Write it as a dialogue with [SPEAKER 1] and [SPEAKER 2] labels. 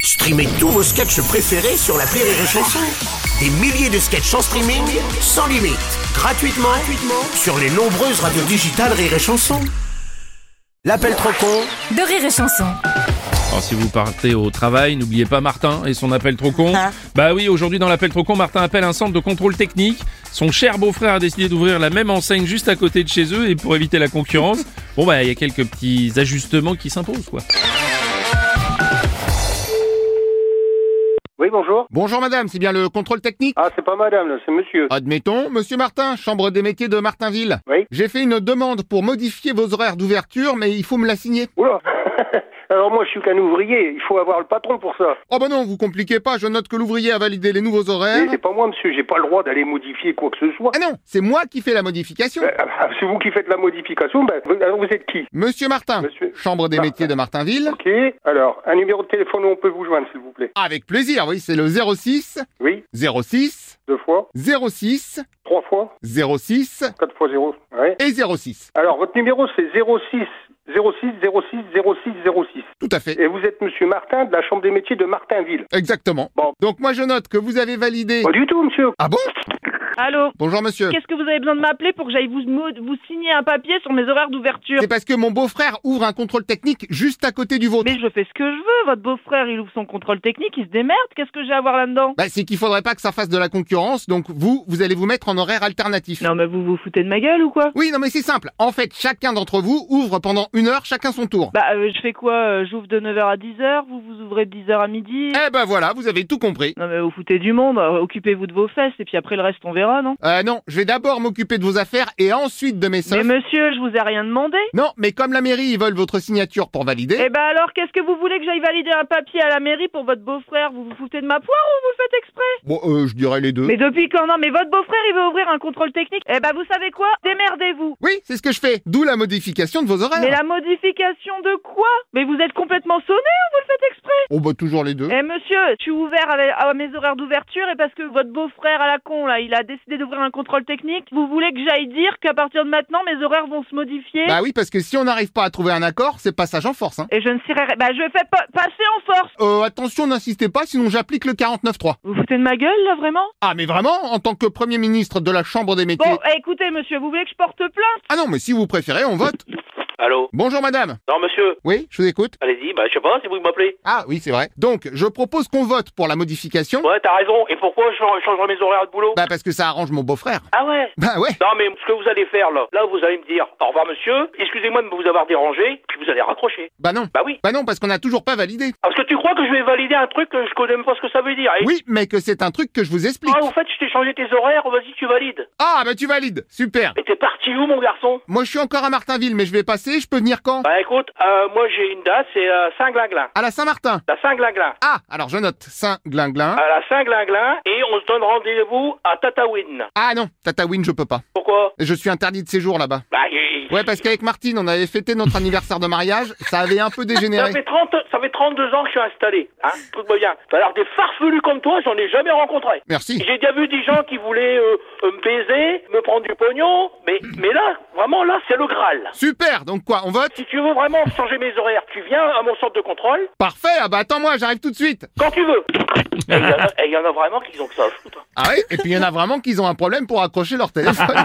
[SPEAKER 1] Streamez tous vos sketchs préférés sur la Rire et Chanson. Des milliers de sketchs en streaming, sans limite, gratuitement, gratuitement sur les nombreuses radios digitales Rire et Chanson. L'appel trop con
[SPEAKER 2] de rire et chanson.
[SPEAKER 3] Alors si vous partez au travail, n'oubliez pas Martin et son appel trop con. Bah oui, aujourd'hui dans l'appel trop con, Martin appelle un centre de contrôle technique. Son cher beau-frère a décidé d'ouvrir la même enseigne juste à côté de chez eux et pour éviter la concurrence, bon bah il y a quelques petits ajustements qui s'imposent quoi.
[SPEAKER 4] Oui, bonjour.
[SPEAKER 5] Bonjour madame, c'est bien le contrôle technique
[SPEAKER 4] Ah, c'est pas madame, là, c'est monsieur.
[SPEAKER 5] Ah. Admettons, monsieur Martin, chambre des métiers de Martinville.
[SPEAKER 4] Oui.
[SPEAKER 5] J'ai fait une demande pour modifier vos horaires d'ouverture, mais il faut me la signer.
[SPEAKER 4] Oula Alors moi, je suis qu'un ouvrier, il faut avoir le patron pour ça.
[SPEAKER 5] Oh bah non, vous compliquez pas, je note que l'ouvrier a validé les nouveaux
[SPEAKER 4] Mais
[SPEAKER 5] horaires.
[SPEAKER 4] c'est pas moi, monsieur, j'ai pas le droit d'aller modifier quoi que ce soit.
[SPEAKER 5] Ah non, c'est moi qui fais la modification.
[SPEAKER 4] Ah, bah, C'est vous qui faites la modification, ben, vous- alors vous êtes qui
[SPEAKER 5] Monsieur Martin,
[SPEAKER 4] Monsieur
[SPEAKER 5] chambre des
[SPEAKER 4] Martin.
[SPEAKER 5] métiers de Martinville.
[SPEAKER 4] Ok, alors, un numéro de téléphone où on peut vous joindre, s'il vous plaît.
[SPEAKER 5] Avec plaisir, oui, c'est le 06
[SPEAKER 4] Oui,
[SPEAKER 5] 06
[SPEAKER 4] deux fois,
[SPEAKER 5] 06
[SPEAKER 4] trois fois,
[SPEAKER 5] 06
[SPEAKER 4] quatre fois zéro. Ouais.
[SPEAKER 5] et 06.
[SPEAKER 4] Alors, votre numéro, c'est 06 06 06 06 06.
[SPEAKER 5] Tout à fait.
[SPEAKER 4] Et vous êtes monsieur Martin de la Chambre des métiers de Martinville.
[SPEAKER 5] Exactement.
[SPEAKER 4] Bon.
[SPEAKER 5] Donc moi je note que vous avez validé.
[SPEAKER 4] Pas du tout, monsieur.
[SPEAKER 5] Ah bon
[SPEAKER 6] Allô
[SPEAKER 5] Bonjour monsieur.
[SPEAKER 6] Qu'est-ce que vous avez besoin de m'appeler pour que j'aille vous, mo- vous signer un papier sur mes horaires d'ouverture
[SPEAKER 5] C'est parce que mon beau-frère ouvre un contrôle technique juste à côté du vôtre.
[SPEAKER 6] Mais je fais ce que je veux, votre beau-frère il ouvre son contrôle technique, il se démerde, qu'est-ce que j'ai à voir là-dedans
[SPEAKER 5] Bah, c'est qu'il faudrait pas que ça fasse de la concurrence, donc vous, vous allez vous mettre en horaire alternatif.
[SPEAKER 6] Non mais vous vous foutez de ma gueule ou quoi
[SPEAKER 5] Oui, non mais c'est simple. En fait, chacun d'entre vous ouvre pendant une heure chacun son tour.
[SPEAKER 6] Bah euh, je fais quoi euh, J'ouvre de 9h à 10h, vous vous ouvrez de 10h à midi
[SPEAKER 5] Eh ben voilà, vous avez tout compris.
[SPEAKER 6] Non mais vous foutez du monde, euh, occupez-vous de vos fesses et puis après le reste on verra, non
[SPEAKER 5] Euh non, je vais d'abord m'occuper de vos affaires et ensuite de mes
[SPEAKER 6] Mais
[SPEAKER 5] sommes.
[SPEAKER 6] monsieur, je vous ai rien demandé
[SPEAKER 5] Non, mais comme la mairie, ils veulent votre signature pour valider.
[SPEAKER 6] Eh bah alors qu'est-ce que vous voulez que j'aille valider un papier à la mairie pour votre beau-frère Vous vous foutez de ma poire ou vous le faites exprès
[SPEAKER 5] Bon, euh, je dirais les deux.
[SPEAKER 6] Eh- Mais depuis quand Non, mais votre beau-frère, il veut ouvrir un contrôle technique. Eh ben, vous savez quoi Démerdez-vous.
[SPEAKER 5] Oui, c'est ce que je fais. D'où la modification de vos horaires.
[SPEAKER 6] Mais la modification de quoi Mais vous êtes complètement sonné ou vous le faites exprès
[SPEAKER 5] On bat Oh, bah, toujours les deux.
[SPEAKER 6] Eh monsieur, je suis ouvert avec- à mes horaires d'ouverture et parce que votre beau-frère à la con, là, il a décidé d'ouvrir un contrôle technique, vous voulez que j'aille dire qu'à partir de maintenant, mes horaires vont se modifier
[SPEAKER 5] Bah oui, parce que si on n'arrive pas à trouver un accord, c'est passage en force. Hein.
[SPEAKER 6] Et je ne serai... Bah, je fais pa- passer en force
[SPEAKER 5] Euh, attention, n'insistez pas, sinon j'applique le 49.3.
[SPEAKER 6] Vous vous foutez de ma gueule, là, vraiment
[SPEAKER 5] Ah mais vraiment, en tant que Premier ministre de la Chambre des métiers...
[SPEAKER 6] Bon, eh, écoutez, monsieur, vous voulez que je porte plainte
[SPEAKER 5] Ah non, mais si vous préférez, on vote.
[SPEAKER 7] Allô
[SPEAKER 5] Bonjour madame.
[SPEAKER 7] Non, monsieur
[SPEAKER 5] Oui, je vous écoute.
[SPEAKER 7] Allez-y, bah, je sais pas, c'est vous qui m'appelez.
[SPEAKER 5] Ah oui, c'est vrai. Donc, je propose qu'on vote pour la modification.
[SPEAKER 7] Ouais, t'as raison. Et pourquoi je change- changerai mes horaires de boulot
[SPEAKER 5] Bah parce que ça arrange mon beau-frère.
[SPEAKER 7] Ah ouais
[SPEAKER 5] Bah ouais.
[SPEAKER 7] Non, mais ce que vous allez faire, là, là, vous allez me dire au revoir, monsieur, excusez-moi de vous avoir dérangé, puis vous allez raccrocher.
[SPEAKER 5] Bah non.
[SPEAKER 7] Bah oui.
[SPEAKER 5] Bah non, parce qu'on n'a toujours pas validé.
[SPEAKER 7] Parce que tu crois que je vais valider un truc que je connais même pas ce que ça veut dire. Et-
[SPEAKER 5] Oui, mais que c'est un truc que je vous explique.
[SPEAKER 7] Ah, au fait, je t'ai changé tes horaires, vas-y, tu valides.
[SPEAKER 5] Ah bah tu valides. Super.
[SPEAKER 7] Et t'es parti où, mon garçon
[SPEAKER 5] Moi je suis encore à Martinville, mais je vais passer, je peux venir quand
[SPEAKER 7] Bah écoute, euh, moi j'ai une date, c'est euh, Saint-Glinglin.
[SPEAKER 5] À la Saint-Martin.
[SPEAKER 7] La Saint-Glinglin.
[SPEAKER 5] Ah, alors je note Saint-Glinglin.
[SPEAKER 7] À la Saint-Glinglin, et on se donne rendez-vous à Tataouine.
[SPEAKER 5] Ah non, Tatawin, je peux pas.
[SPEAKER 7] Pourquoi
[SPEAKER 5] Je suis interdit de séjour là-bas.
[SPEAKER 7] Bah, il-
[SPEAKER 5] Ouais, parce qu'avec Martine, on avait fêté notre anniversaire de mariage, ça avait un peu
[SPEAKER 7] Ça
[SPEAKER 5] dégénéré.
[SPEAKER 7] fait, 30, ça fait 32 ans que je suis installé. Hein Écoute-moi bien. Alors, des farfelus comme toi, j'en ai jamais rencontré.
[SPEAKER 5] Merci.
[SPEAKER 7] J'ai déjà vu des gens qui voulaient euh, euh, me baiser, me prendre du pognon, mais, mais là, vraiment, là, c'est le Graal.
[SPEAKER 5] Super, donc quoi, on vote
[SPEAKER 7] Si tu veux vraiment changer mes horaires, tu viens à mon centre de contrôle
[SPEAKER 5] Parfait, ah bah attends-moi, j'arrive tout de suite.
[SPEAKER 7] quand tu veux. Et il y en a- et il y, en a vraiment qui ont que ça à foutre.
[SPEAKER 5] Ah oui Et puis il y en a vraiment qui ont un problème pour accrocher leur téléphone.